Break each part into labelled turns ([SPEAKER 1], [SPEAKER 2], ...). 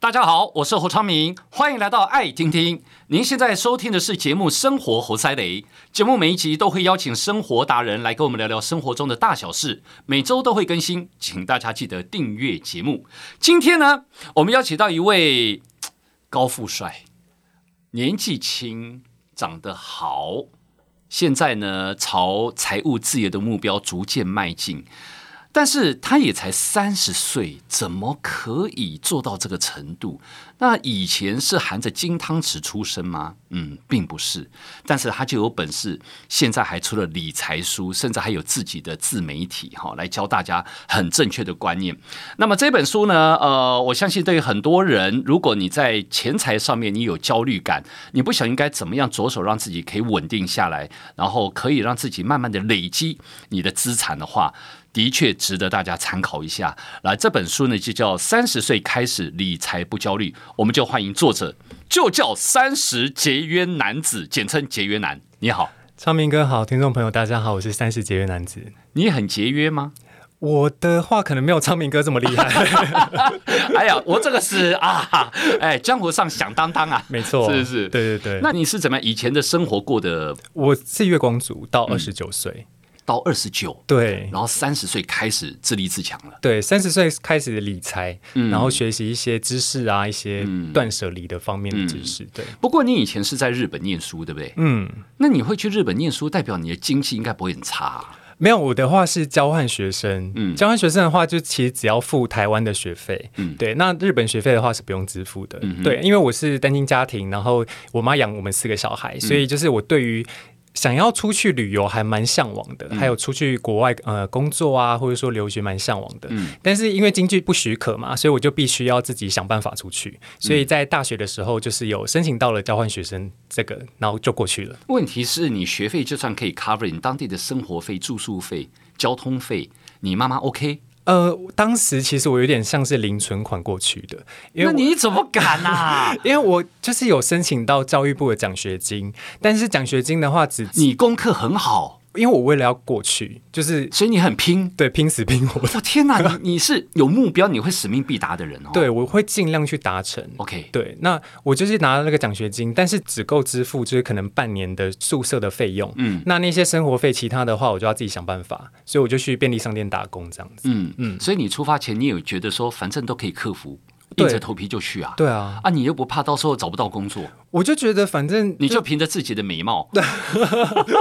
[SPEAKER 1] 大家好，我是侯昌明，欢迎来到爱听听。您现在收听的是节目《生活侯塞雷》，节目每一集都会邀请生活达人来跟我们聊聊生活中的大小事，每周都会更新，请大家记得订阅节目。今天呢，我们邀请到一位高富帅，年纪轻，长得好，现在呢朝财务自由的目标逐渐迈进。但是他也才三十岁，怎么可以做到这个程度？那以前是含着金汤匙出生吗？嗯，并不是。但是他就有本事，现在还出了理财书，甚至还有自己的自媒体哈、来教大家很正确的观念。那么这本书呢，呃，我相信对于很多人，如果你在钱财上面你有焦虑感，你不晓得应该怎么样着手让自己可以稳定下来，然后可以让自己慢慢的累积你的资产的话，的确值得大家参考一下。来，这本书呢就叫《三十岁开始理财不焦虑》，我们就欢迎作者，就叫三十节约男子，简称节约男。你好，
[SPEAKER 2] 昌明哥好，听众朋友大家好，我是三十节约男子。
[SPEAKER 1] 你很节约吗？
[SPEAKER 2] 我的话可能没有昌明哥这么厉害，
[SPEAKER 1] 哎呀，我这个是啊，哎，江湖上响当当啊，
[SPEAKER 2] 没错，
[SPEAKER 1] 是是
[SPEAKER 2] 对对对。
[SPEAKER 1] 那你是怎么样？以前的生活过得
[SPEAKER 2] 我是月光族，到二十九岁，
[SPEAKER 1] 到二十九，
[SPEAKER 2] 对
[SPEAKER 1] 然后三十岁开始自立自强了。
[SPEAKER 2] 对，三十岁开始理财，然后学习一些知识啊，一些断舍离的方面的知识，对，
[SPEAKER 1] 不过你以前是在日本念书，对不对？
[SPEAKER 2] 嗯，
[SPEAKER 1] 那你会去日本念书，代表你的经济应该不会很差啊、
[SPEAKER 2] 没有我的话是交换学生，
[SPEAKER 1] 嗯
[SPEAKER 2] 交换学生的话就其实只要付台湾的学费，
[SPEAKER 1] 嗯
[SPEAKER 2] 对，那日本学费的话是不用支付的，
[SPEAKER 1] 哼
[SPEAKER 2] 对，因为我是单亲家庭，然后我妈养我们四个小
[SPEAKER 1] 嗯
[SPEAKER 2] 孩，所以就是我对于。想要出去旅游还蛮向往的，
[SPEAKER 1] 嗯
[SPEAKER 2] 还有出去国外呃工作啊，或者说留学蛮向往的。
[SPEAKER 1] 嗯
[SPEAKER 2] 但是因为经济不许可嘛，所以我就必须要自己想办法出去。所
[SPEAKER 1] 嗯
[SPEAKER 2] 以在大学的时候，就是有申请到了交换学生这个，然后就过去了。
[SPEAKER 1] 问题是你学费就算可以 cover 你当地的生活费、住宿费、交通费，你妈妈 OK？
[SPEAKER 2] 呃，当时其实我有点像是零存款过去的，因
[SPEAKER 1] 那
[SPEAKER 2] 为我
[SPEAKER 1] 你怎么敢啊？
[SPEAKER 2] 因为我就是有申请到教育部的奖学金，但是奖学金的话只，
[SPEAKER 1] 你功课很好，
[SPEAKER 2] 因为我为了要过去，就是
[SPEAKER 1] 所以你很拼。
[SPEAKER 2] 对拼死拼活，
[SPEAKER 1] 我天哪，你你是有目标，你会使命必达的人哦。
[SPEAKER 2] 对我会尽量去达成。
[SPEAKER 1] ，OK，
[SPEAKER 2] 对，那我就是拿了那个奖学金，但是只够支付就是可能半年的宿舍的费用，
[SPEAKER 1] 嗯
[SPEAKER 2] 嗯，那那些生活费，其他的话我就要自己想办法，所以我就去便利商店打工这样子。
[SPEAKER 1] 嗯嗯，所以你出发前，你有觉得说，反正都可以克服，
[SPEAKER 2] 对
[SPEAKER 1] 硬着头皮就去啊。
[SPEAKER 2] 对啊，
[SPEAKER 1] 啊，你又不怕到时候找不到工作，
[SPEAKER 2] 我就觉得反正
[SPEAKER 1] 你就凭着自己的美貌，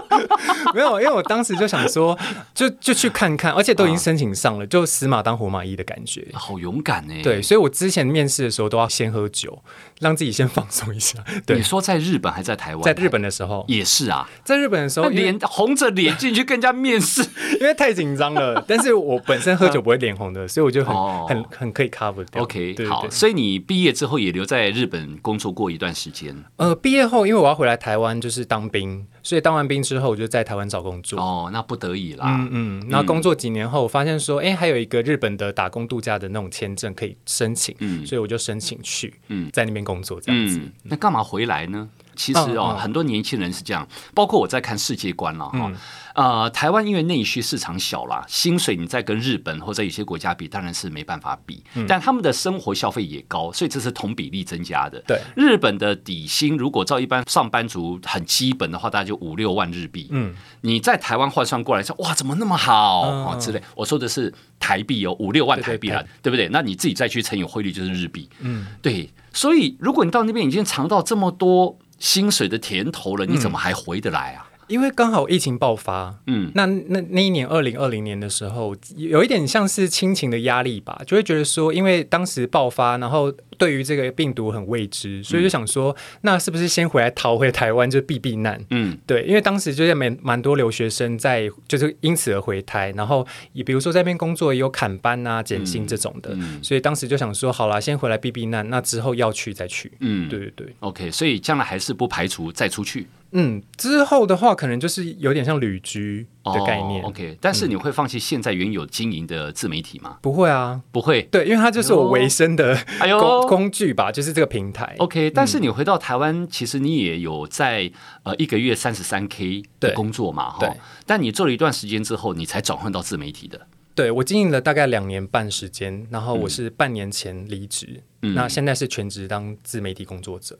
[SPEAKER 2] 没有，因为我当时就想说，就就去看看，而且都已
[SPEAKER 1] 嗯
[SPEAKER 2] 经申请上了，就死马当活马医的感觉。
[SPEAKER 1] 好勇敢欸呢。
[SPEAKER 2] 对，，所以我之前面试的时候都要先喝酒，让自己先放松 一下。
[SPEAKER 1] 你
[SPEAKER 2] 对，
[SPEAKER 1] 说在日本还在台湾，啊
[SPEAKER 2] 在日本的时候，
[SPEAKER 1] 也是啊，
[SPEAKER 2] 在日本的时
[SPEAKER 1] 那
[SPEAKER 2] 候，因为
[SPEAKER 1] 脸红着脸进去跟人家面试，
[SPEAKER 2] 因为太紧张 了，但是我本身喝酒不会脸红的，所以我就很
[SPEAKER 1] 嗯哦
[SPEAKER 2] 很很可以 cover 掉。
[SPEAKER 1] OK，
[SPEAKER 2] 对
[SPEAKER 1] 好，
[SPEAKER 2] 对
[SPEAKER 1] 所以你毕业之后也留在日本工作过一段时间
[SPEAKER 2] 呃，毕业后因为我要回来台湾就是当兵，所以当完兵之后我就在台湾找工作。
[SPEAKER 1] 哦，那不得已啦。
[SPEAKER 2] 嗯嗯，然后工作几年后，我发现说，哎、还有一个日本的打工度假的那种签证可以申请，
[SPEAKER 1] 嗯
[SPEAKER 2] 所以我就申请去，
[SPEAKER 1] 嗯
[SPEAKER 2] 在那边工作这样子。
[SPEAKER 1] 嗯，那干嘛回来呢？其实哦，
[SPEAKER 2] 嗯嗯
[SPEAKER 1] 很多年轻人是这样，包括我在看世界观了哈。呃，台湾因为内需市场小啦，薪水你在跟日本或者有些国家比，当然是没办法比，
[SPEAKER 2] 嗯
[SPEAKER 1] 但他们的生活消费也高，所以这是同比例增加的。
[SPEAKER 2] 对，
[SPEAKER 1] 日本的底薪如果照一般上班族很基本的话，大概就五六万日币。嗯，你在台湾换算过来说，哇，怎么那么好
[SPEAKER 2] 嗯
[SPEAKER 1] 哦之类。我说的是台币哦，五六万台币啦，对不对？那你自己再去乘以汇率就是日币。嗯，对。所以如果你到那边已经尝到这么多薪水的甜头
[SPEAKER 2] 嗯
[SPEAKER 1] 了，你怎么还回得来啊？
[SPEAKER 2] 因为刚好疫情爆发，
[SPEAKER 1] 嗯
[SPEAKER 2] 那那那一年二零二零年的时候，有一点像是亲情的压力吧，就会觉得说，因为当时爆发，然后对于这个病毒很未知，所以就想说，那是不是先回来逃回台湾就避避难？
[SPEAKER 1] 嗯
[SPEAKER 2] 对，因为当时就是蛮蛮多留学生在，就是因此而回台，然后也比如说在那边工作也有砍班啊、减薪
[SPEAKER 1] 嗯
[SPEAKER 2] 这种的，所以当时就想说，好啦，先回来避避难，那之后要去再去。
[SPEAKER 1] 嗯，
[SPEAKER 2] 对对对，
[SPEAKER 1] OK，所以将来还是不排除再出去
[SPEAKER 2] 嗯，之后的话可能就是有点像旅居的概念，嗯
[SPEAKER 1] 哦 OK，但是你会放弃现在原有经营的自媒体吗？
[SPEAKER 2] 不会啊，
[SPEAKER 1] 不 会。
[SPEAKER 2] 对，因为它就是我维生的
[SPEAKER 1] 哎呦，
[SPEAKER 2] 工工具吧，就是这个平台。
[SPEAKER 1] OK，但是你回到台湾，其实你也有在呃一个月三十三 K 的
[SPEAKER 2] 对
[SPEAKER 1] 工作嘛，哈
[SPEAKER 2] 对。
[SPEAKER 1] 但你做了一段时间之后，你才转换到自媒体的。
[SPEAKER 2] 对我经营了大概两年半时间，然后
[SPEAKER 1] 嗯
[SPEAKER 2] 我是半年前离职，那现在是全职当自媒体工作者。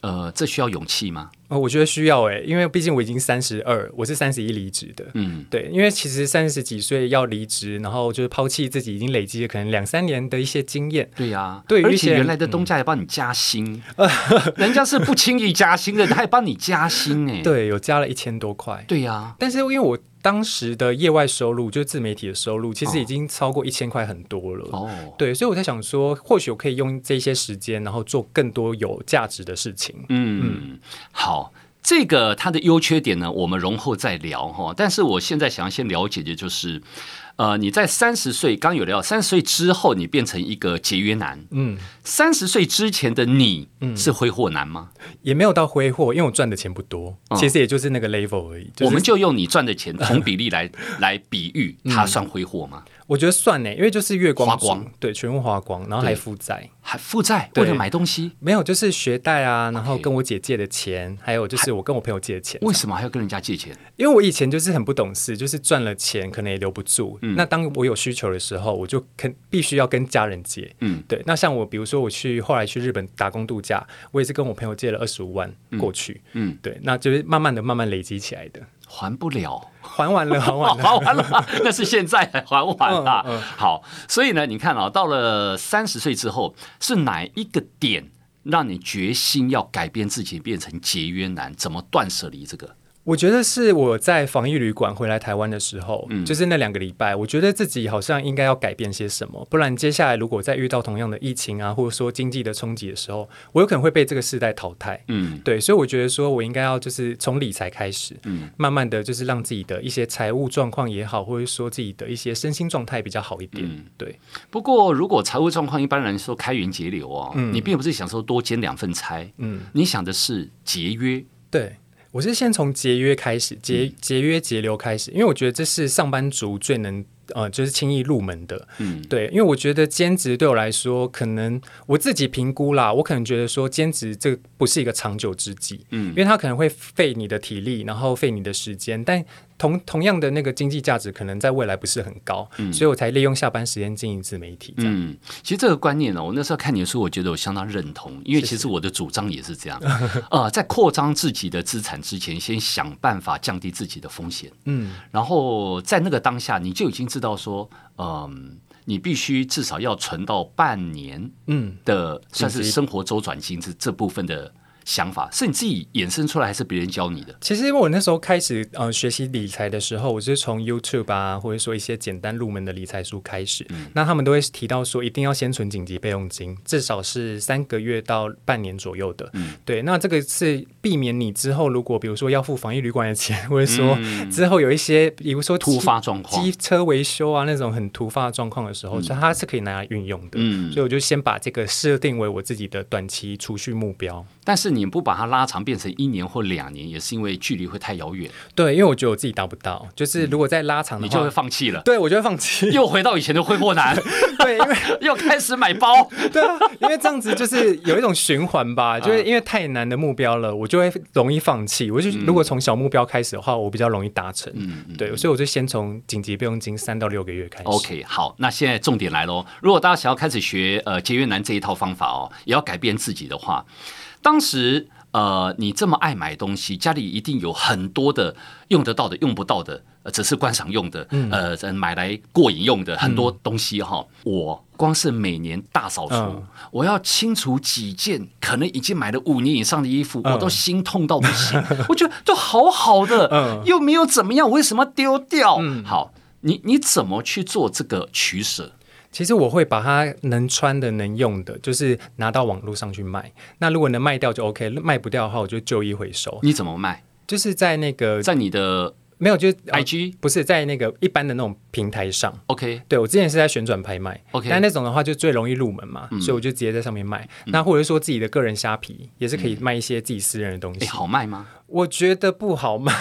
[SPEAKER 1] 呃，这需要勇气吗？
[SPEAKER 2] 哦，我觉得需要诶、因为毕竟我已经三十二，我是三十一离职的。
[SPEAKER 1] 嗯，
[SPEAKER 2] 对，因为其实三十几岁要离职，然后就是抛弃自己已经累积了可能两三年的一些经验，
[SPEAKER 1] 对呀，
[SPEAKER 2] 对
[SPEAKER 1] 而
[SPEAKER 2] 于一
[SPEAKER 1] 且
[SPEAKER 2] 些
[SPEAKER 1] 原来的东家也帮你加薪，嗯 人家是不轻易加薪的，他还帮你加薪哎，
[SPEAKER 2] 对，有加了一千多块。
[SPEAKER 1] 对呀，
[SPEAKER 2] 但是因为我当时的业外收入，就是自媒体的收入，其实已经超过一千块很多了。
[SPEAKER 1] 哦，
[SPEAKER 2] 对，所以我在想说，或许我可以用这些时间，然后做更多有价值的事情。
[SPEAKER 1] 嗯，好，这个它的优缺点呢，我们容后再聊哈。但是我现在想要先了解的就是，呃，你在三十岁刚有聊，三十岁之后你变成一个节约男，
[SPEAKER 2] 嗯，
[SPEAKER 1] 三十岁之前的你是挥霍男吗？
[SPEAKER 2] 也没有到挥霍，因为我赚的钱不多，其实也就是那个 level 而已。就是、
[SPEAKER 1] 我们就用你赚的钱同比例 来来比喻，他算挥霍吗？
[SPEAKER 2] 我觉得算欸呢，因为就是月光
[SPEAKER 1] 花
[SPEAKER 2] 族
[SPEAKER 1] 光，
[SPEAKER 2] 对，全部花光，然后还
[SPEAKER 1] 对
[SPEAKER 2] 负债。
[SPEAKER 1] 还负债
[SPEAKER 2] 对
[SPEAKER 1] 为了买东西，
[SPEAKER 2] 没有，就是学贷啊，然后
[SPEAKER 1] OK
[SPEAKER 2] 跟我姐借的钱还有就是我跟我朋友借的钱，
[SPEAKER 1] 为什么还要跟人家借钱？
[SPEAKER 2] 因为我以前就是很不懂事，就是赚了钱可能也留不住。
[SPEAKER 1] 嗯
[SPEAKER 2] 那当我有需求的时候，我就肯必须要跟家人借。
[SPEAKER 1] 嗯，
[SPEAKER 2] 对。那像我，比如说我去后来去日本打工度假，我也是跟我朋友借了二十五万过去。
[SPEAKER 1] 嗯嗯
[SPEAKER 2] 对，那就是慢慢的、慢慢累积起来的，
[SPEAKER 1] 还不 了。哦
[SPEAKER 2] 还完了，还完了。
[SPEAKER 1] 还完了， 那是现在还完了。啊
[SPEAKER 2] 嗯嗯
[SPEAKER 1] 好，所以呢，你看啊，到了三十岁之后，是哪一个点让你决心要改变自己，变成节约男？怎么断舍离？这个
[SPEAKER 2] 我觉得是我在防疫旅馆回来台湾的时候，
[SPEAKER 1] 嗯
[SPEAKER 2] 就是那两个礼拜，我觉得自己好像应该要改变些什么，不然接下来如果再遇到同样的疫情啊，或者说经济的冲击的时候，我有可能会被这个世代淘汰。
[SPEAKER 1] 嗯
[SPEAKER 2] 对，所以我觉得说我应该要就是从理财开始，
[SPEAKER 1] 嗯
[SPEAKER 2] 慢慢的就是让自己的一些财务状况也好，或者说自己的一些身心状态比较好一点。
[SPEAKER 1] 嗯
[SPEAKER 2] 对，
[SPEAKER 1] 不过如果财务状况一般人说开源节流哦，
[SPEAKER 2] 嗯
[SPEAKER 1] 你并不是想说多兼两份差，
[SPEAKER 2] 嗯，
[SPEAKER 1] 你想的是节约。
[SPEAKER 2] 对。我是先从节约开始，
[SPEAKER 1] 嗯
[SPEAKER 2] 节节约节流开始，因为我觉得这是上班族最能呃，就是轻易入门的。
[SPEAKER 1] 嗯
[SPEAKER 2] 对，因为我觉得兼职对我来说，可能我自己评估啦，我可能觉得说兼职这不是一个长久之计，
[SPEAKER 1] 嗯
[SPEAKER 2] 因为它可能会费你的体力，然后费你的时间，但同同样的那个经济价值，可能在未来不是很高，所以我才利用下班时间经营自媒体。嗯，
[SPEAKER 1] 嗯，其实这个观念呢，我那时候看你的书，我觉得我相当认同，因为其实我的主张也是这样。 呃，在扩张自己的资产之前，先想办法降低自己的风险。
[SPEAKER 2] 嗯，
[SPEAKER 1] 然后在那个当下，你就已经知道说，嗯、你必须至少要存到半年
[SPEAKER 2] 嗯，
[SPEAKER 1] 的，算是
[SPEAKER 2] 紧急
[SPEAKER 1] 生活周转金这这部分的想法，是你自己衍生出来，还是别人教你的？
[SPEAKER 2] 其实我那时候开始呃学习理财的时候，我是从 YouTube 啊，或者说一些简单入门的理财书开始。
[SPEAKER 1] 嗯
[SPEAKER 2] 那他们都会提到说，一定要先存紧急备用金，至少是三个月到半年左右的。
[SPEAKER 1] 嗯
[SPEAKER 2] 对，那这个是避免你之后如果比如说要付防疫旅馆的钱，或者说之后有一些比如
[SPEAKER 1] 嗯
[SPEAKER 2] 说
[SPEAKER 1] 突
[SPEAKER 2] 机
[SPEAKER 1] 发状况
[SPEAKER 2] 机车维修啊那种很突发的状况的时候，所以它是可以拿来运用的。
[SPEAKER 1] 嗯
[SPEAKER 2] 所以我就先把这个设定为我自己的短期储蓄目标。
[SPEAKER 1] 但是你不把它拉长变成一年或两年，也是因为距离会太遥远，
[SPEAKER 2] 对，因为我觉得我自己达不到，就是如果再拉长
[SPEAKER 1] 嗯
[SPEAKER 2] 的
[SPEAKER 1] 你
[SPEAKER 2] 话，
[SPEAKER 1] 就会放弃了。
[SPEAKER 2] 对，我就会放弃。
[SPEAKER 1] 又回到以前的挥霍男，
[SPEAKER 2] 对，因为
[SPEAKER 1] 又开始买包。
[SPEAKER 2] 对啊，因为这样子就是有一种循环吧，就是
[SPEAKER 1] 嗯
[SPEAKER 2] 因为太难的目标了，我就会容易放弃。我就如果从小目标开始的话，我比较容易达成。
[SPEAKER 1] 嗯
[SPEAKER 2] 对，所以我就先从紧急备用金三到六个月开始。
[SPEAKER 1] OK，好，那现在重点来喽。如果大家想要开始学呃节约男这一套方法哦，也要改变自己的话，当时呃你这么爱买东西，家里一定有很多的用得到的、用不到的，呃、只是观赏用的，呃呃买来过瘾用的很多东西哈、我光是每年大扫除，
[SPEAKER 2] 嗯
[SPEAKER 1] 我要清除几件可能已经买了五年以上的衣
[SPEAKER 2] 嗯
[SPEAKER 1] 服，我都心痛到不 行。我觉得都好好的，
[SPEAKER 2] 嗯
[SPEAKER 1] 又没有怎么样，为什么丢掉？好，你你怎么去做这个取舍？
[SPEAKER 2] 其实我会把它能穿的、能用的，就是拿到网络上去卖。那如果能卖掉就 OK，卖不掉的话我就就医回收。
[SPEAKER 1] 你怎么卖？
[SPEAKER 2] 就是在那个
[SPEAKER 1] 在你的
[SPEAKER 2] 没有，就是、呃
[SPEAKER 1] IG、
[SPEAKER 2] 不是在那个一般的那种平台上。
[SPEAKER 1] OK
[SPEAKER 2] 对我之前是在旋转拍卖
[SPEAKER 1] OK 嗯
[SPEAKER 2] 但那种的话就最容易入门嘛，所以我就直接在上面卖。那或者说自己的个人虾皮也是可以
[SPEAKER 1] 嗯
[SPEAKER 2] 卖一些自己私人的东
[SPEAKER 1] 哎
[SPEAKER 2] 西，
[SPEAKER 1] 好卖吗？
[SPEAKER 2] 我觉得不好卖。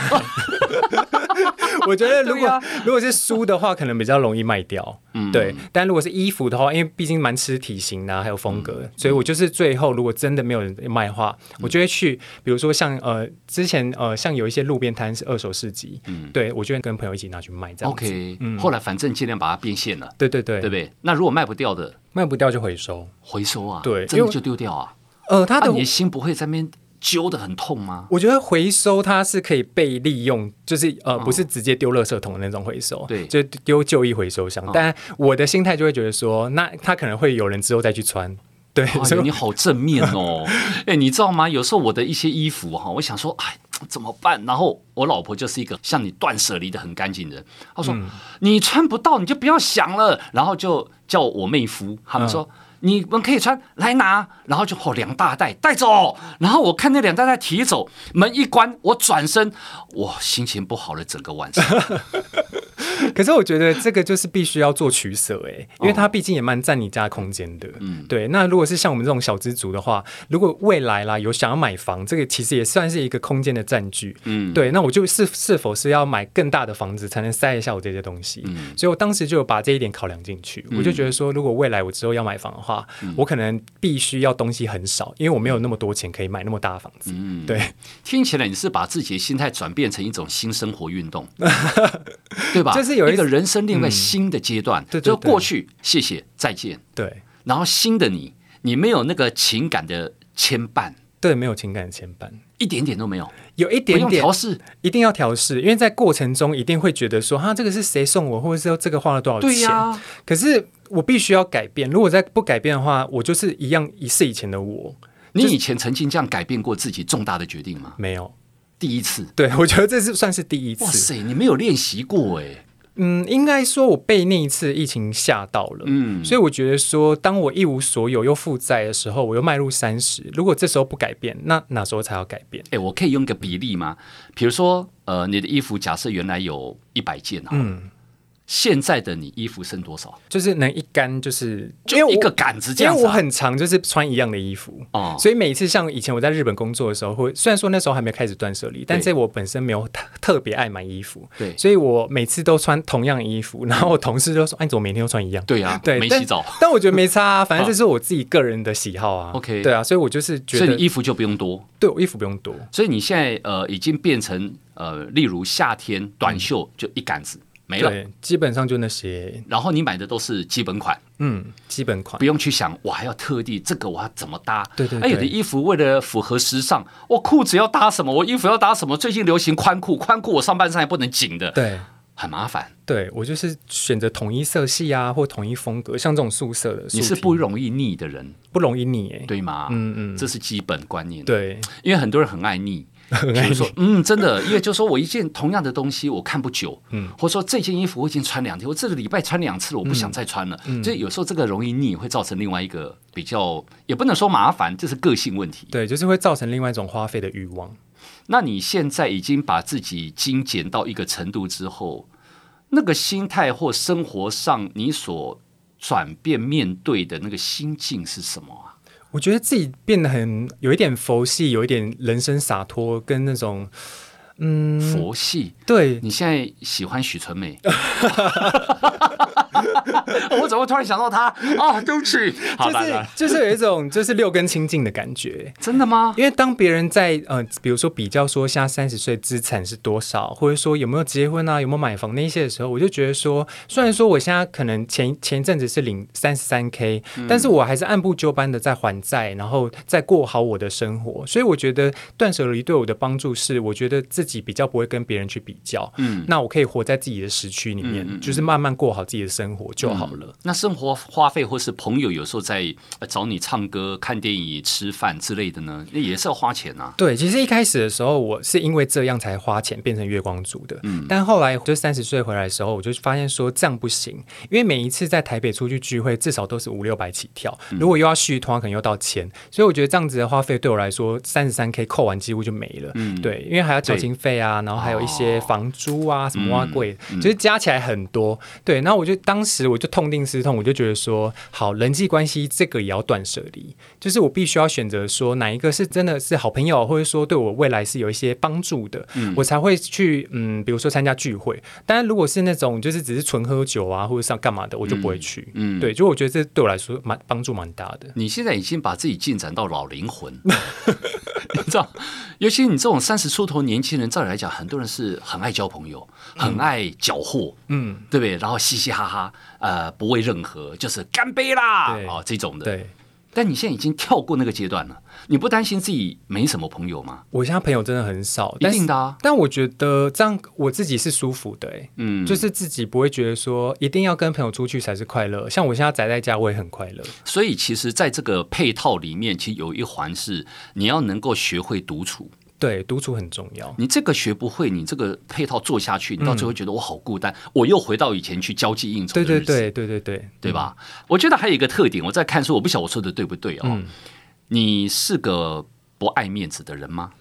[SPEAKER 2] 我觉得如果、如果是书的话，可能比较容易卖掉。
[SPEAKER 1] 啊嗯
[SPEAKER 2] 对，但如果是衣服的话，因为毕竟蛮吃体型的、啊，还有风格，
[SPEAKER 1] 嗯
[SPEAKER 2] 所以我就是最后如果真的没有人卖的话，我就会去，比如说像呃之前呃像有一些路边摊是二手市集，对我就会跟朋友一起拿去卖这样子。
[SPEAKER 1] 嗯 OK，后来反正尽量把它变现了，
[SPEAKER 2] 对对对，
[SPEAKER 1] 对不对？那如果卖不掉的，
[SPEAKER 2] 卖不掉就回收。
[SPEAKER 1] 回收啊，
[SPEAKER 2] 对
[SPEAKER 1] 真的
[SPEAKER 2] 因为
[SPEAKER 1] 就丢掉啊。
[SPEAKER 2] 呃，它
[SPEAKER 1] 那
[SPEAKER 2] 的、
[SPEAKER 1] 你的心不会在那边揪的很痛吗？
[SPEAKER 2] 我觉得回收它是可以被利用，就是呃，不是直接丢垃圾桶的那种回收，
[SPEAKER 1] 哦对哦
[SPEAKER 2] 就丢旧衣回收箱。但我的心态就会觉得说，那它可能会有人之后再去穿，对，
[SPEAKER 1] 哎
[SPEAKER 2] 所
[SPEAKER 1] 呦，
[SPEAKER 2] 以
[SPEAKER 1] 你好正面 哦！哎，你知道吗？有时候我的一些衣服哈，我想说，哎，怎么办？然后我老婆就是一个像你断舍离的很干净的人，她说、
[SPEAKER 2] 嗯
[SPEAKER 1] 你穿不到你就不要想了，然后就叫我妹夫他们说。
[SPEAKER 2] 嗯
[SPEAKER 1] 你们可以穿来拿，然后就哦两大袋带走，然后我看那两大袋提走，门一关，我转身，我心情不好了整个晚上。
[SPEAKER 2] 可是我觉得这个就是必须要做取舍哎、因为它毕竟也蛮占你家空间的。嗯，对。那如果是像我们这种小资族的话，如果未来啦有想要买房，这个其实也算是一个空间的占据。
[SPEAKER 1] 嗯
[SPEAKER 2] 嗯，对。那我就是是否是要买更大的房子才能塞得下我这些东西？所以我当时就有把这一点考量进去。我就觉得说，如果未来我之后要买房的话，我可能必须要东西很少，因为我没有那么多钱可以买那么大的房子。嗯，对。
[SPEAKER 1] 听起来你是把自己的心态转变成一种新生活运 动，对吧？
[SPEAKER 2] 就是有一嗯
[SPEAKER 1] 一个人生另外新的阶段，
[SPEAKER 2] 对对
[SPEAKER 1] 就是
[SPEAKER 2] 对
[SPEAKER 1] 过去谢谢再见，
[SPEAKER 2] 对
[SPEAKER 1] 然后新的你，你没有那个情感的牵绊，
[SPEAKER 2] 对，没有情感的牵绊，
[SPEAKER 1] 一点点都没有，
[SPEAKER 2] 有一
[SPEAKER 1] 不
[SPEAKER 2] 点
[SPEAKER 1] 用
[SPEAKER 2] 点
[SPEAKER 1] 调试，
[SPEAKER 2] 一定要调试，因为在过程中一定会觉得说，啊哈，这个是谁送我，或者是这个花了多少钱？
[SPEAKER 1] 对呀、
[SPEAKER 2] 可是我必须要改变，如果再不改变的话，我就是一样一是以前的我，
[SPEAKER 1] 你以前曾经这样改变过自己重大的决定吗？
[SPEAKER 2] 没有。
[SPEAKER 1] 第一次，
[SPEAKER 2] 对，我觉得这是算是第一
[SPEAKER 1] 哇
[SPEAKER 2] 次。
[SPEAKER 1] 塞，你没有练习过哎，
[SPEAKER 2] 嗯，应该说我被那一次疫情吓到了。
[SPEAKER 1] 嗯，
[SPEAKER 2] 所以我觉得说，当我一无所有又负债的时候，我又迈入三十。如果这时候不改变，那哪时候才要改变？
[SPEAKER 1] 哎，我可以用个比例吗？比如说，呃，你的衣服假设原来有一百件啊，
[SPEAKER 2] 嗯，
[SPEAKER 1] 现在的你衣服剩多少？
[SPEAKER 2] 就是能一干，就是因为
[SPEAKER 1] 就
[SPEAKER 2] 我
[SPEAKER 1] 一个杆子这
[SPEAKER 2] 因
[SPEAKER 1] 样
[SPEAKER 2] 为
[SPEAKER 1] 子、
[SPEAKER 2] 我
[SPEAKER 1] 啊。
[SPEAKER 2] 很常就是穿一样的衣服，
[SPEAKER 1] 哦
[SPEAKER 2] 所以每一次像以前我在日本工作的时候，会虽然说那时候还没开始断舍离，但是我本身没有特特别爱买衣服，
[SPEAKER 1] 对
[SPEAKER 2] 所以我每次都穿同样的衣服，然后我同事就说：“哎，你怎么每天都穿一样？”
[SPEAKER 1] 对啊，
[SPEAKER 2] 对，
[SPEAKER 1] 没
[SPEAKER 2] 但
[SPEAKER 1] 洗澡，，
[SPEAKER 2] 但我觉得没差、啊，反正这是我自己个人的喜好啊。
[SPEAKER 1] OK
[SPEAKER 2] 对啊，所以我就是觉
[SPEAKER 1] 所以
[SPEAKER 2] 得
[SPEAKER 1] 你，衣服就不用多。
[SPEAKER 2] 对我衣服不用多，
[SPEAKER 1] 所以你现在呃已经变成呃，例如夏天短袖就一杆子没了，
[SPEAKER 2] 对，基本上就那些，
[SPEAKER 1] 然后你买的都是基本款，
[SPEAKER 2] 嗯，基本款
[SPEAKER 1] 不。用去想我还要特地这个我要怎么搭。
[SPEAKER 2] 对对
[SPEAKER 1] 哎，
[SPEAKER 2] 对
[SPEAKER 1] 有的衣服为了符合时尚，我裤子要搭什么，我衣服要搭什么，最近流行宽裤，宽裤我上半身还不能紧的，
[SPEAKER 2] 对，
[SPEAKER 1] 很麻烦。
[SPEAKER 2] 对我就是选择统一色系啊，或统一风格，像这种素色的，
[SPEAKER 1] 你是
[SPEAKER 2] 素体
[SPEAKER 1] 不容易腻的人，
[SPEAKER 2] 不容易腻哎、
[SPEAKER 1] 对吗？嗯嗯，这是基本观念。
[SPEAKER 2] 对，
[SPEAKER 1] 因为很多人很爱腻。比如说，嗯，真的，因为就说我一件同样的东西我看不久，嗯，或者说这件衣服我已经穿两天，我这个礼拜穿两次了，我不想再穿了，所以有时候这个容易腻，会造成另外一个比较，也不能说麻烦，这是个性问题。
[SPEAKER 2] 对，就是会造成另外一种花费的欲望。
[SPEAKER 1] 那你现在已经把自己精简到一个程度之后，那个心态或生活上你所转变面对的那个心境是什么啊？
[SPEAKER 2] 我觉得自己变得很有一点佛系，有一点人生洒脱，跟那种
[SPEAKER 1] 佛系，
[SPEAKER 2] 对
[SPEAKER 1] 你现在喜欢许纯美？ 我怎么会突然想到她？哦，对不起，好
[SPEAKER 2] 就
[SPEAKER 1] 来
[SPEAKER 2] 是
[SPEAKER 1] 来，
[SPEAKER 2] 就是有一种 就是六根清净的感觉。
[SPEAKER 1] 真的吗？
[SPEAKER 2] 因为当别人在呃，比如说比较说现在三十岁资产是多少，或者说有没有结婚啊，有没有买房那一些的时候，我就觉得说，虽然说我现在可能前前一阵子是领三十三 k，但是
[SPEAKER 1] 嗯
[SPEAKER 2] 我还是按部就班的在还债，然后再过好我的生活。所以我觉得断舍离对我的帮助是，我觉得自己比较不会跟别人去比较，嗯，那我可以活在自己的时区里面，就是慢慢过好自己的生活就好了。
[SPEAKER 1] 嗯那生活花费或是朋友有时候在呃找你唱歌、看电影、吃饭之类的呢，那也是要花钱啊。
[SPEAKER 2] 对，其实一开始的时候，我是因为这样才花钱变成月光族的。但后来就三十岁回来的时候，我就发现说这样不行，因为每一次在台北出去聚会，至少都是五六百起跳，如果又要续团，可能又到千，所以我觉得这样子的花费对我来说，三十三 k 扣完几乎就没了。嗯对，哦嗯因为还要交经
[SPEAKER 1] 嗯
[SPEAKER 2] 费啊，然后还有一些房租啊，什么挖柜，就是加起来很多。对，那我就当当时我就痛定思痛，我就觉得说，好，人际关系这个也要断舍离，就是我必须要选择说哪一个是真的是好朋友，或者说对我未来是有一些帮助的，
[SPEAKER 1] 嗯
[SPEAKER 2] 我才会去嗯，比如说参加聚会。当然，如果是那种就是只是纯喝酒啊，或者上干嘛的，我就不会去。
[SPEAKER 1] 嗯，
[SPEAKER 2] 对，就我觉得这对我来说蛮帮助蛮大的。
[SPEAKER 1] 你现在已经把自己进展到老灵魂， 你知道，尤其你这种三十出头年轻人，照理来讲，很多人是很爱交朋友，很爱搅和，
[SPEAKER 2] 嗯，
[SPEAKER 1] 对不对？然后嘻嘻哈哈，呃，不为任何，就是干杯啦
[SPEAKER 2] 对
[SPEAKER 1] 哦这种的。
[SPEAKER 2] 对。
[SPEAKER 1] 但你现在已经跳过那个阶段了，你不担心自己没什么朋友吗？
[SPEAKER 2] 我现在朋友真的很少，
[SPEAKER 1] 一
[SPEAKER 2] 但是
[SPEAKER 1] 定的啊，
[SPEAKER 2] 但我觉得这样我自己是舒服的、欸，
[SPEAKER 1] 嗯，
[SPEAKER 2] 就是自己不会觉得说一定要跟朋友出去才是快乐。像我现在宅在家，我也很快乐。
[SPEAKER 1] 所以其实在这个配套里面，其实有一环是你要能够学会独处。
[SPEAKER 2] 对，独处很重要。
[SPEAKER 1] 你这个学不会，你这个配套做下
[SPEAKER 2] 嗯
[SPEAKER 1] 去，你到最后觉得我好孤单，我又回到以前去交际应酬的
[SPEAKER 2] 对
[SPEAKER 1] 日子
[SPEAKER 2] 对对对对对
[SPEAKER 1] 对？吧？我觉得还有一个特点，我在看书，我不晓得我说的对不对哦。
[SPEAKER 2] 嗯
[SPEAKER 1] 你是个不爱面子的人吗？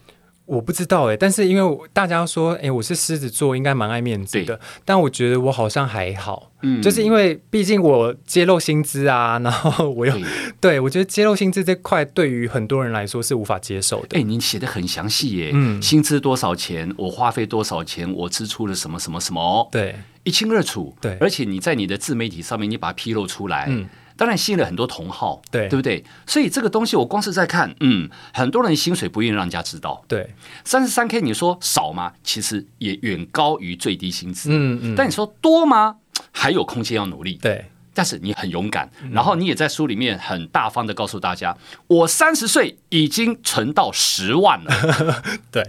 [SPEAKER 2] 我不知道哎、但是因为我大家说哎、我是狮子座，应该蛮爱面子的，但我觉得我好像还好，
[SPEAKER 1] 嗯
[SPEAKER 2] 就是因为毕竟我揭露薪资啊，然后我又
[SPEAKER 1] 对，
[SPEAKER 2] 对我觉得揭露薪资这块对于很多人来说是无法接受的。
[SPEAKER 1] 哎，你写的很详细耶，
[SPEAKER 2] 嗯
[SPEAKER 1] 薪资多少钱，我花费多少钱，我支出了什么什么什么哦，
[SPEAKER 2] 对
[SPEAKER 1] 一清二楚。
[SPEAKER 2] 对
[SPEAKER 1] 而且你在你的自媒体上面，你把它披露出来，
[SPEAKER 2] 嗯
[SPEAKER 1] 当然吸引了很多同好，
[SPEAKER 2] 对
[SPEAKER 1] 对不对？所以这个东西我光是在看，嗯，很多人薪水不愿意让人家知道，
[SPEAKER 2] 对，
[SPEAKER 1] 三十三 K 你说少吗？其实也远高于最低薪资，
[SPEAKER 2] 嗯嗯，
[SPEAKER 1] 但你说多吗？还有空间要努力，
[SPEAKER 2] 对
[SPEAKER 1] 但是你很勇敢，
[SPEAKER 2] 嗯
[SPEAKER 1] 然后你也在书里面很大方的告诉大家，我三十岁已经存到十万 了，
[SPEAKER 2] 对，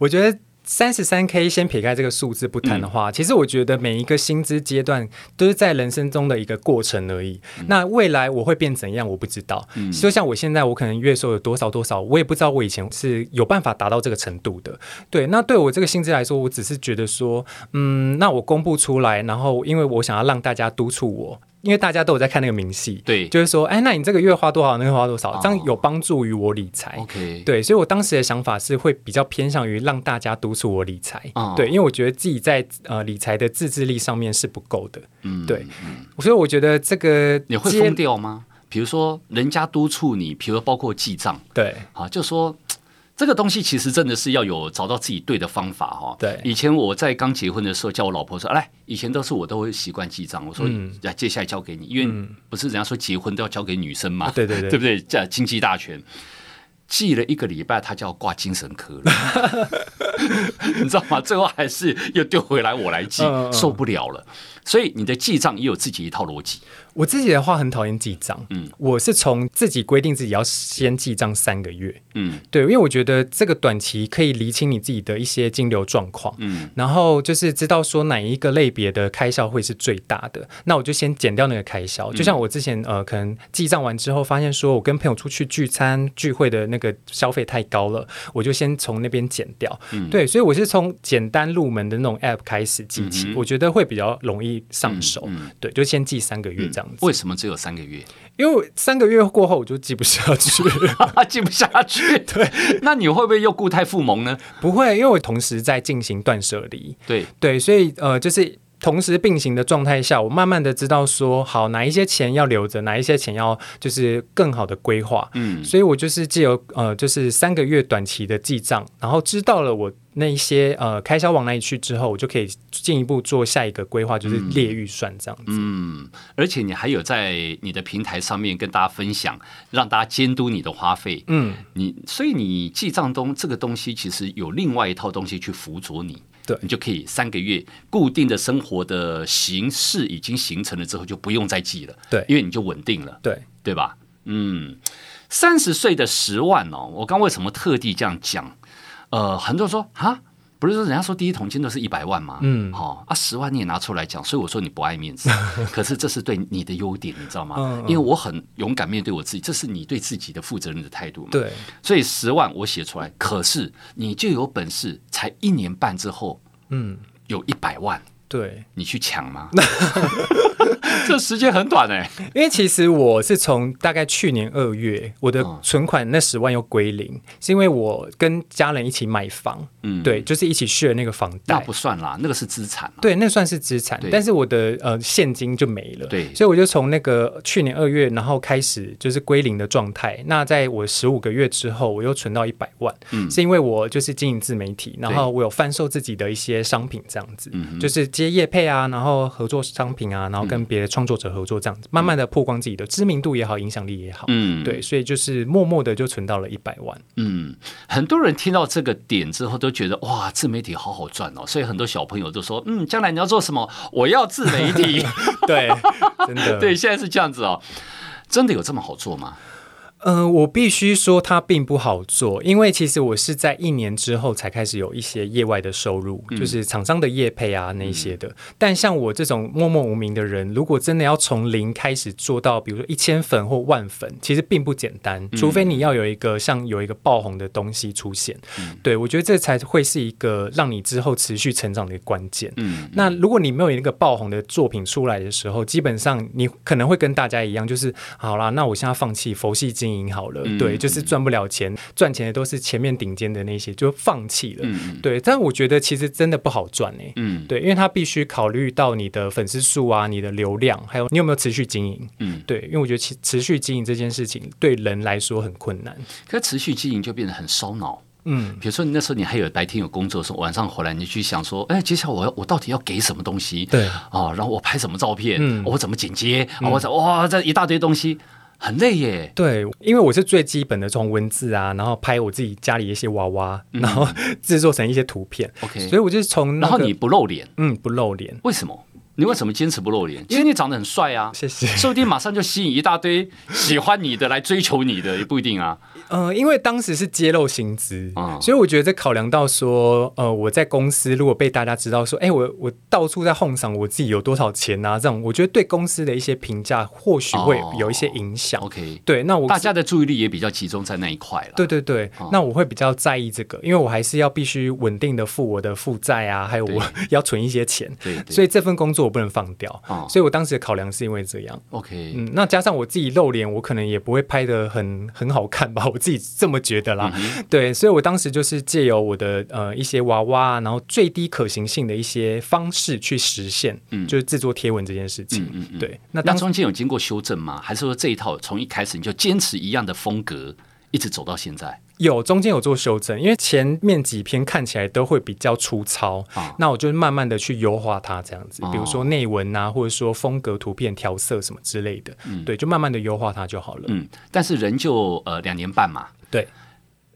[SPEAKER 2] 我觉得。三十三 K，先撇开这个数字不谈的话，其实我觉得每一个薪资阶段都是在人生中的一个过程而已。那未来我会变怎样，我不知道。就像我现在，我可能月收有多少多少，我也不知道我以前是有办法达到这个程度的。对，那对我这个薪资来说，我只是觉得说，嗯，那我公布出来，然后因为我想要让大家督促我，因为大家都有在看那个明细，
[SPEAKER 1] 对
[SPEAKER 2] 就是说，哎，那你这个月花多少，那个花多少，这
[SPEAKER 1] 哦
[SPEAKER 2] 样有帮助于我理财。
[SPEAKER 1] 哎，OK，
[SPEAKER 2] 哎对，所以我当时的想法是会比较偏向于让大家督促我理财，
[SPEAKER 1] 哦
[SPEAKER 2] 对，因为我觉得自己在呃理财的自制力上面是不够的，
[SPEAKER 1] 嗯
[SPEAKER 2] 对，所以我觉得这个
[SPEAKER 1] 你会
[SPEAKER 2] 接
[SPEAKER 1] 疯掉吗？比如说人家督促你，比如包括记账
[SPEAKER 2] 对
[SPEAKER 1] 啊，就说。这个东西其实真的是要有找到自己对的方法哈、
[SPEAKER 2] 对
[SPEAKER 1] 以前我在刚结婚的时候，叫我老婆说：“来，以前都是我都会习惯记账。”我说：“
[SPEAKER 2] 嗯
[SPEAKER 1] 来，接下来交给你，因为不是人家说结婚都要交给女生嘛，
[SPEAKER 2] 啊对对对
[SPEAKER 1] 啊对不对？这经济大权。”记了一个礼拜，他就要挂精神科了， 你知道吗？最后还是又丢回来我来记
[SPEAKER 2] 嗯嗯，嗯
[SPEAKER 1] 受不了了。所以你的记账也有自己一套逻辑，
[SPEAKER 2] 我自己的话很讨厌记账，
[SPEAKER 1] 嗯
[SPEAKER 2] 我是从自己规定自己要先记账三个月，
[SPEAKER 1] 嗯
[SPEAKER 2] 对，因为我觉得这个短期可以厘清你自己的一些金流状况，
[SPEAKER 1] 嗯，
[SPEAKER 2] 然后就是知道说哪一个类别的开销会是最大的，那我就先减掉那个开销。就像我之前呃，可能记账完之后，发现说我跟朋友出去聚餐聚会的那个消费太高了，我就先从那边减掉。对，所以我是从简单入门的那种 app 开始记起，我觉得会比较容易上手。对，就先记三个月这样子，
[SPEAKER 1] 嗯为什么只有三个月？
[SPEAKER 2] 因为我三个月过后我就记不下去。
[SPEAKER 1] 记不下去。对，那你会不会又固态复萌呢？
[SPEAKER 2] 不会，因为我同时在进行断舍离。
[SPEAKER 1] 对，
[SPEAKER 2] 对，所以呃，就是同时并行的状态下，我慢慢的知道说，好哪一些钱要留着，哪一些钱要就是更好的规划。
[SPEAKER 1] 嗯，
[SPEAKER 2] 所以我就是借由呃，就是三个月短期的记账，然后知道了我那一些呃开销往哪里去之后，我就可以进一步做下一个规划，就是列预算这样
[SPEAKER 1] 嗯
[SPEAKER 2] 子。
[SPEAKER 1] 而且你还有在你的平台上面跟大家分享，让大家监督你的花费。
[SPEAKER 2] 嗯，
[SPEAKER 1] 你所以你记账东这个东西，其实有另外一套东西去辅佐你。
[SPEAKER 2] 对
[SPEAKER 1] 你就可以三个月固定的生活的形式已经形成了之后，就不用再记了。
[SPEAKER 2] 对
[SPEAKER 1] 因为你就稳定了，
[SPEAKER 2] 对，
[SPEAKER 1] 对吧？嗯，三十岁的十万哦，我刚为什么特地这样讲？呃，很多人说啊，不是说人家说第一桶金都是一百万吗？
[SPEAKER 2] 嗯
[SPEAKER 1] 好、啊，十万你也拿出来讲，所以我说你不爱面 子，可是这是对你的优点，你知道吗？
[SPEAKER 2] 嗯嗯
[SPEAKER 1] 因为我很勇敢面对我自己，这是你对自己的负责任的态度嘛。，
[SPEAKER 2] 对，
[SPEAKER 1] 所以十万我写出来，可是你就有本事，才一年半之后
[SPEAKER 2] 嗯，
[SPEAKER 1] 有一百万，
[SPEAKER 2] 对，
[SPEAKER 1] 你去抢吗？ 这时间很短哎、
[SPEAKER 2] 因为其实我是从大概去年二月，我的
[SPEAKER 1] 嗯
[SPEAKER 2] 存款那十万又归零，是因为我跟家人一起买房，
[SPEAKER 1] 嗯，，
[SPEAKER 2] 对，就是一起 share 那个房
[SPEAKER 1] 那
[SPEAKER 2] 贷
[SPEAKER 1] 不。算啦，那个是资产嘛。
[SPEAKER 2] 对，那算是资产
[SPEAKER 1] 对，
[SPEAKER 2] 但是我的呃现金就没了，
[SPEAKER 1] 对
[SPEAKER 2] 所以我就从那个去年二月，然后开始就是归零的状态。那在我十五个月之后，我又存到一百万，
[SPEAKER 1] 嗯
[SPEAKER 2] 是因为我就是经营自媒体，然后我有贩售自己的一些商品，这样子，
[SPEAKER 1] 嗯
[SPEAKER 2] 就是接业配啊，然后合作商品啊，然后跟别的创作者合作这样子，慢慢的曝光自己的知名度也好，影响力也好，
[SPEAKER 1] 嗯，
[SPEAKER 2] 对，所以就是默默的就存到了一百 万。
[SPEAKER 1] 嗯，很多人听到这个点之后都觉得哇，自媒体好好赚哦，所以很多小朋友都说，嗯，将来你要做什么？我要自媒 体。
[SPEAKER 2] 对，真的，
[SPEAKER 1] 对，现在是这样子哦，真的有这么好做吗？
[SPEAKER 2] 呃，我必须说它并不好做，因为其实我是在一年之后才开始有一些业外的收入，就是厂商的业配啊那一些的。但像我这种默默无名的人，如果真的要从零开始做到，比如说一千粉或万粉，其实并不简单，除非你要有一个像有一个爆红的东西出现。对我觉得这才会是一个让你之后持续成长的关键。
[SPEAKER 1] 嗯，
[SPEAKER 2] 那如果你没有一个爆红的作品出来的时候，基本上你可能会跟大家一样，就是好啦，那我现在放弃佛系经营好了，
[SPEAKER 1] 嗯
[SPEAKER 2] 对，就是赚不了钱，赚钱的都是前面顶尖的那些，就放弃了。
[SPEAKER 1] 嗯
[SPEAKER 2] 对，但我觉得其实真的不好赚哎、
[SPEAKER 1] 嗯
[SPEAKER 2] 对，因为它必须考虑到你的粉丝数啊、你的流量，还有你有没有持续经营。
[SPEAKER 1] 嗯，
[SPEAKER 2] 对，因为我觉得持持续经营这件事情对人来说很困难。
[SPEAKER 1] 可持续经营就变得很烧脑。
[SPEAKER 2] 嗯，
[SPEAKER 1] 比如说，你那时候你还有白天有工作的时候，晚上回来你去想说，哎，接下来我要我到底要给什么东西？
[SPEAKER 2] 对
[SPEAKER 1] 啊，然后我拍什么照片？
[SPEAKER 2] 嗯
[SPEAKER 1] 我怎么剪接？啊，我怎哇这一大堆东西，很累耶。
[SPEAKER 2] 对，因为我是最基本的从文字啊，然后拍我自己家里一些娃娃，然后制作成一些图片。
[SPEAKER 1] 嗯 OK
[SPEAKER 2] 所以我就是从、那
[SPEAKER 1] 然后
[SPEAKER 2] 个
[SPEAKER 1] 你不露脸，
[SPEAKER 2] 嗯不露脸，
[SPEAKER 1] 为什么？你为什么坚持不露脸？因为你长得很帅啊，
[SPEAKER 2] 谢谢。
[SPEAKER 1] 说不定马上就吸引一大堆喜欢你的来追求你的，也不一定啊。
[SPEAKER 2] 呃，因为当时是揭露薪资，
[SPEAKER 1] 嗯
[SPEAKER 2] 所以我觉得考量到说，呃，我在公司如果被大家知道说，哎，我我到处在哄赏我自己有多少钱啊，这样我觉得对公司的一些评价或许会
[SPEAKER 1] 哦
[SPEAKER 2] 有一些影响。
[SPEAKER 1] OK，
[SPEAKER 2] 对，那我
[SPEAKER 1] 大家的注意力也比较集中在那一块了。
[SPEAKER 2] 对对对，
[SPEAKER 1] 啊
[SPEAKER 2] 那我会比较在意这个，因为我还是要必须稳定的付我的负债啊，还有我 要存一些钱，
[SPEAKER 1] 对对
[SPEAKER 2] 所以这份工作我不能放掉。
[SPEAKER 1] 哦
[SPEAKER 2] 所以我当时的考量是因为这样。
[SPEAKER 1] ，OK，
[SPEAKER 2] 嗯，那加上我自己露脸，我可能也不会拍的很很好看吧，我自己这么觉得啦。
[SPEAKER 1] 嗯
[SPEAKER 2] 对，所以我当时就是借由我的呃一些娃娃，然后最低可行性的一些方式去实现，
[SPEAKER 1] 嗯
[SPEAKER 2] 就是制作贴文这件事情。
[SPEAKER 1] 嗯嗯嗯
[SPEAKER 2] 对，那
[SPEAKER 1] 那
[SPEAKER 2] 当时
[SPEAKER 1] 中间有经过修正吗？还是说这一套从一开始你就坚持一样的风格，一直走到现在？
[SPEAKER 2] 有中间有做修正，因为前面几篇看起来都会比较粗糙，
[SPEAKER 1] 啊
[SPEAKER 2] 那我就慢慢的去优化它这样子
[SPEAKER 1] 哦，
[SPEAKER 2] 比如说内文啊，或者说风格、图片、调色什么之类的，对，就慢慢的优化它就好了。
[SPEAKER 1] 嗯，但是人就呃两年半嘛，
[SPEAKER 2] 对，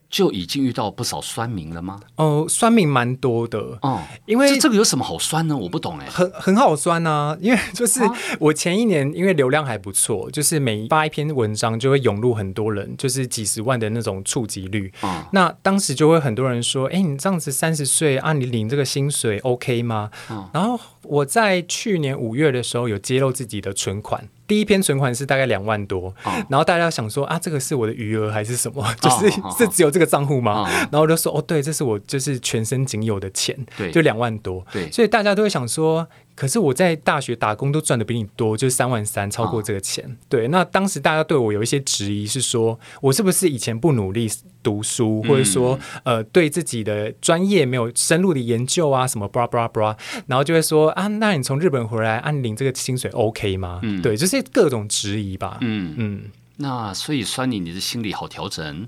[SPEAKER 1] 就已经遇到不少酸民了吗？
[SPEAKER 2] 哦、酸民蛮多的，
[SPEAKER 1] 哦，这
[SPEAKER 2] 因为。
[SPEAKER 1] 这个有什么好酸呢？我不懂哎。
[SPEAKER 2] 很很好酸啊，因为 就是
[SPEAKER 1] 哦
[SPEAKER 2] 我前一年因为流量还不错，就是每发一篇文章就会涌入很多人，就是几十万的那种触及率。
[SPEAKER 1] 啊，
[SPEAKER 2] 那当时就会很多人说：“哎、你这样子三十岁啊，你领这个薪水 OK 吗？”
[SPEAKER 1] 嗯
[SPEAKER 2] 然后我在去年五月的时候有揭露自己的存款，第一篇存款是大概两万多，
[SPEAKER 1] 嗯
[SPEAKER 2] 然后大家想说啊，这个是我的余额还是什么？就是、
[SPEAKER 1] 哦哦
[SPEAKER 2] 是只有这个账户吗？
[SPEAKER 1] 哦
[SPEAKER 2] 然后我就说哦，对，这是我就是全身仅有的钱，
[SPEAKER 1] 对
[SPEAKER 2] 就两万多，
[SPEAKER 1] 对
[SPEAKER 2] 所以大家都会想说。可是我在大学打工都赚的比你多，就是三万三，超
[SPEAKER 1] 哦
[SPEAKER 2] 过这个钱。对，那当时大家对我有一些质疑，是说我是不是以前不努力读书，或者说
[SPEAKER 1] 嗯
[SPEAKER 2] 呃对自己的专业没有深入的研究啊，什么 bra bra bra，然后就会说啊，那你从日本回来，按、啊你领这个薪水 OK 吗？
[SPEAKER 1] 嗯
[SPEAKER 2] 对，就是各种质疑吧。
[SPEAKER 1] 嗯，
[SPEAKER 2] 嗯，
[SPEAKER 1] 那所以酸你，你的心理好调整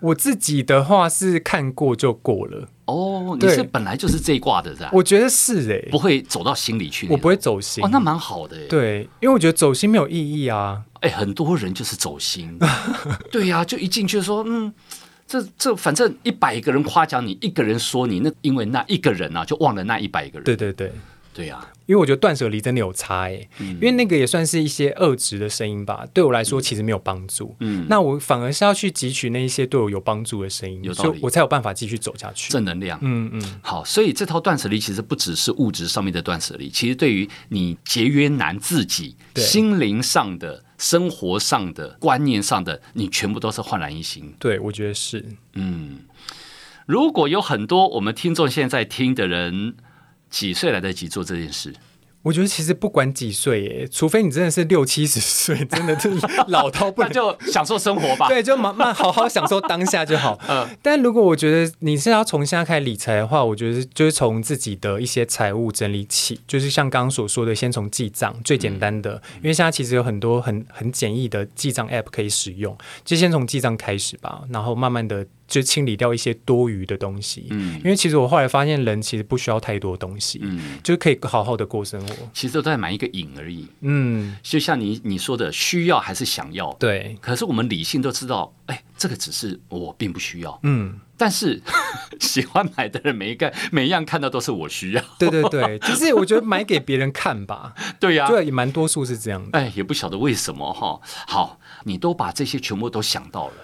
[SPEAKER 2] 我自己的话是看过就过了，
[SPEAKER 1] 哦。你
[SPEAKER 2] 对
[SPEAKER 1] 是本来就是这一挂的，是吧？
[SPEAKER 2] 我觉得是哎、
[SPEAKER 1] 不会走到心里去那
[SPEAKER 2] 我
[SPEAKER 1] 种。
[SPEAKER 2] 不会走心。
[SPEAKER 1] 哦，那蛮好的耶。
[SPEAKER 2] 对，因为我觉得走心没有意义啊。
[SPEAKER 1] 哎，很多人就是走心， 对呀、就一进去说，嗯，这这反正一百个人夸奖你，一个人说你，那因为那一个人啊，就忘了那一百个人。
[SPEAKER 2] 对对对，
[SPEAKER 1] 对呀、
[SPEAKER 2] 因为我觉得断舍离真的有差哎、
[SPEAKER 1] 嗯
[SPEAKER 2] 因为那个也算是一些恶质的声音吧，对我来说其实没有帮助。
[SPEAKER 1] 嗯，
[SPEAKER 2] 那我反而是要去汲取那一些对我有帮助的声音
[SPEAKER 1] 有，道理
[SPEAKER 2] 所以我才有办法继续走下去。
[SPEAKER 1] 正能量。
[SPEAKER 2] 嗯嗯，
[SPEAKER 1] 好，所以这套断舍离其实不只是物质上面的断舍离，其实对于你节约难自己
[SPEAKER 2] 对
[SPEAKER 1] 心灵上的、生活上的、观念上的，你全部都是焕然一新。
[SPEAKER 2] 对，我觉得是。
[SPEAKER 1] 嗯，如果有很多我们听众现在听的人，几岁来得及做这件事？
[SPEAKER 2] 我觉得其实不管几岁，耶，除非你真的是六七十岁，真的是老到不
[SPEAKER 1] 那
[SPEAKER 2] 能。
[SPEAKER 1] 就享受生活吧。
[SPEAKER 2] 对，就慢慢好好享受当下就好。
[SPEAKER 1] 嗯
[SPEAKER 2] 但如果我觉得你是要从现在开始理财的话，我觉得就是从自己的一些财务整理起，就是像刚刚所说的，先从记账最简
[SPEAKER 1] 嗯
[SPEAKER 2] 单的，因为现在其实有很多很很简易的记账 App 可以使用，就先从记账开始吧，然后慢慢的就清理掉一些多余的东西。
[SPEAKER 1] 嗯
[SPEAKER 2] 因为其实我后来发现，人其实不需要太多东西，
[SPEAKER 1] 嗯，
[SPEAKER 2] 就是可以好好的过生活。
[SPEAKER 1] 其实都在买一个瘾而已。
[SPEAKER 2] 嗯，
[SPEAKER 1] 就像你你说的，需要还是想要？
[SPEAKER 2] 对，
[SPEAKER 1] 可是我们理性都知道，哎，这个只是我并不需要。
[SPEAKER 2] 嗯。
[SPEAKER 1] 但是喜欢买的人，每一个每一样看到都是我需要。
[SPEAKER 2] 对对 对，就是我觉得买给别人看吧，
[SPEAKER 1] 对呀、
[SPEAKER 2] 对，也蛮多数是这样的。
[SPEAKER 1] 哎，也不晓得为什么哈。好，你都把这些全部都想到了，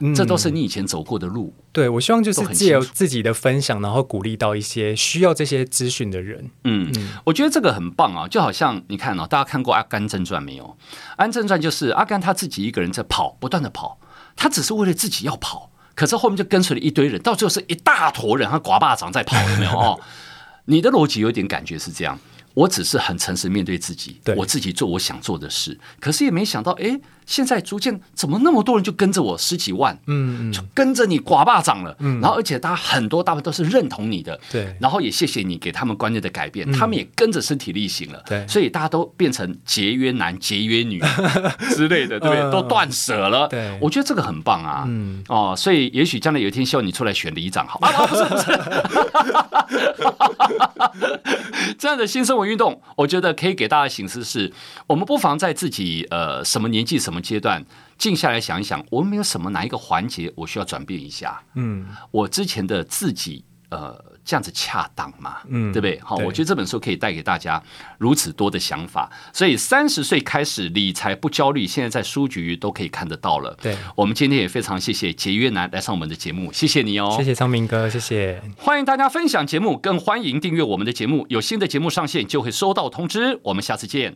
[SPEAKER 2] 嗯
[SPEAKER 1] 这都是你以前走过的路。
[SPEAKER 2] 对，我希望就
[SPEAKER 1] 都
[SPEAKER 2] 是
[SPEAKER 1] 很
[SPEAKER 2] 借由
[SPEAKER 1] 清
[SPEAKER 2] 自己的分享，然后鼓励到一些需要这些资讯的人。
[SPEAKER 1] 嗯，我觉得这个很棒啊，就好像你看哦，大家看过《阿甘正传》没有？《阿甘正传》就是阿甘他自己一个人在跑，不断的跑，他只是为了自己要跑，可是后面就跟随了一堆人，到最后是一大坨人，他刮巴掌在跑，有没有？哦，你的逻辑有点感觉是这样。我只是很诚实面对自己
[SPEAKER 2] 对，
[SPEAKER 1] 我自己做我想做的事，可是也没想到，哎，现在逐渐怎么那么多人就跟着我十几万，
[SPEAKER 2] 嗯，
[SPEAKER 1] 就跟着你刮巴掌了，然后而且大家很多大部分都是认同你的，
[SPEAKER 2] 对嗯
[SPEAKER 1] 然后也谢谢你给他们观念的改变，他们也跟着身体力行了，
[SPEAKER 2] 对
[SPEAKER 1] 所以大家都变成节约男、节约女之类的，对不对？
[SPEAKER 2] 嗯
[SPEAKER 1] 都断舍了，
[SPEAKER 2] 对
[SPEAKER 1] 我觉得这个很棒啊，
[SPEAKER 2] 嗯
[SPEAKER 1] 哦，所以也许将来有一天希望你出来选里长 好，啊，不是不是，这样的新生活运动，我觉得可以给大家醒思是，我们不妨在自己呃什么年纪、什么阶段。静下来想一想，我们有什么哪一个环节我需要转变一下？
[SPEAKER 2] 嗯，
[SPEAKER 1] 我之前的自己，呃，这样子恰当嘛，
[SPEAKER 2] 嗯
[SPEAKER 1] 对不对？好，
[SPEAKER 2] 对
[SPEAKER 1] 我觉得这本书可以带给大家如此多的想法。所以三十岁开始理财不焦虑，现在在书局都可以看得到了。
[SPEAKER 2] 对，
[SPEAKER 1] 我们今天也非常谢谢节约男来上我们的节目，谢谢你哦，
[SPEAKER 2] 谢谢昌明哥，谢谢，
[SPEAKER 1] 欢迎大家分享节目，更欢迎订阅我们的节目，有新的节目上线就会收到通知。我们下次见。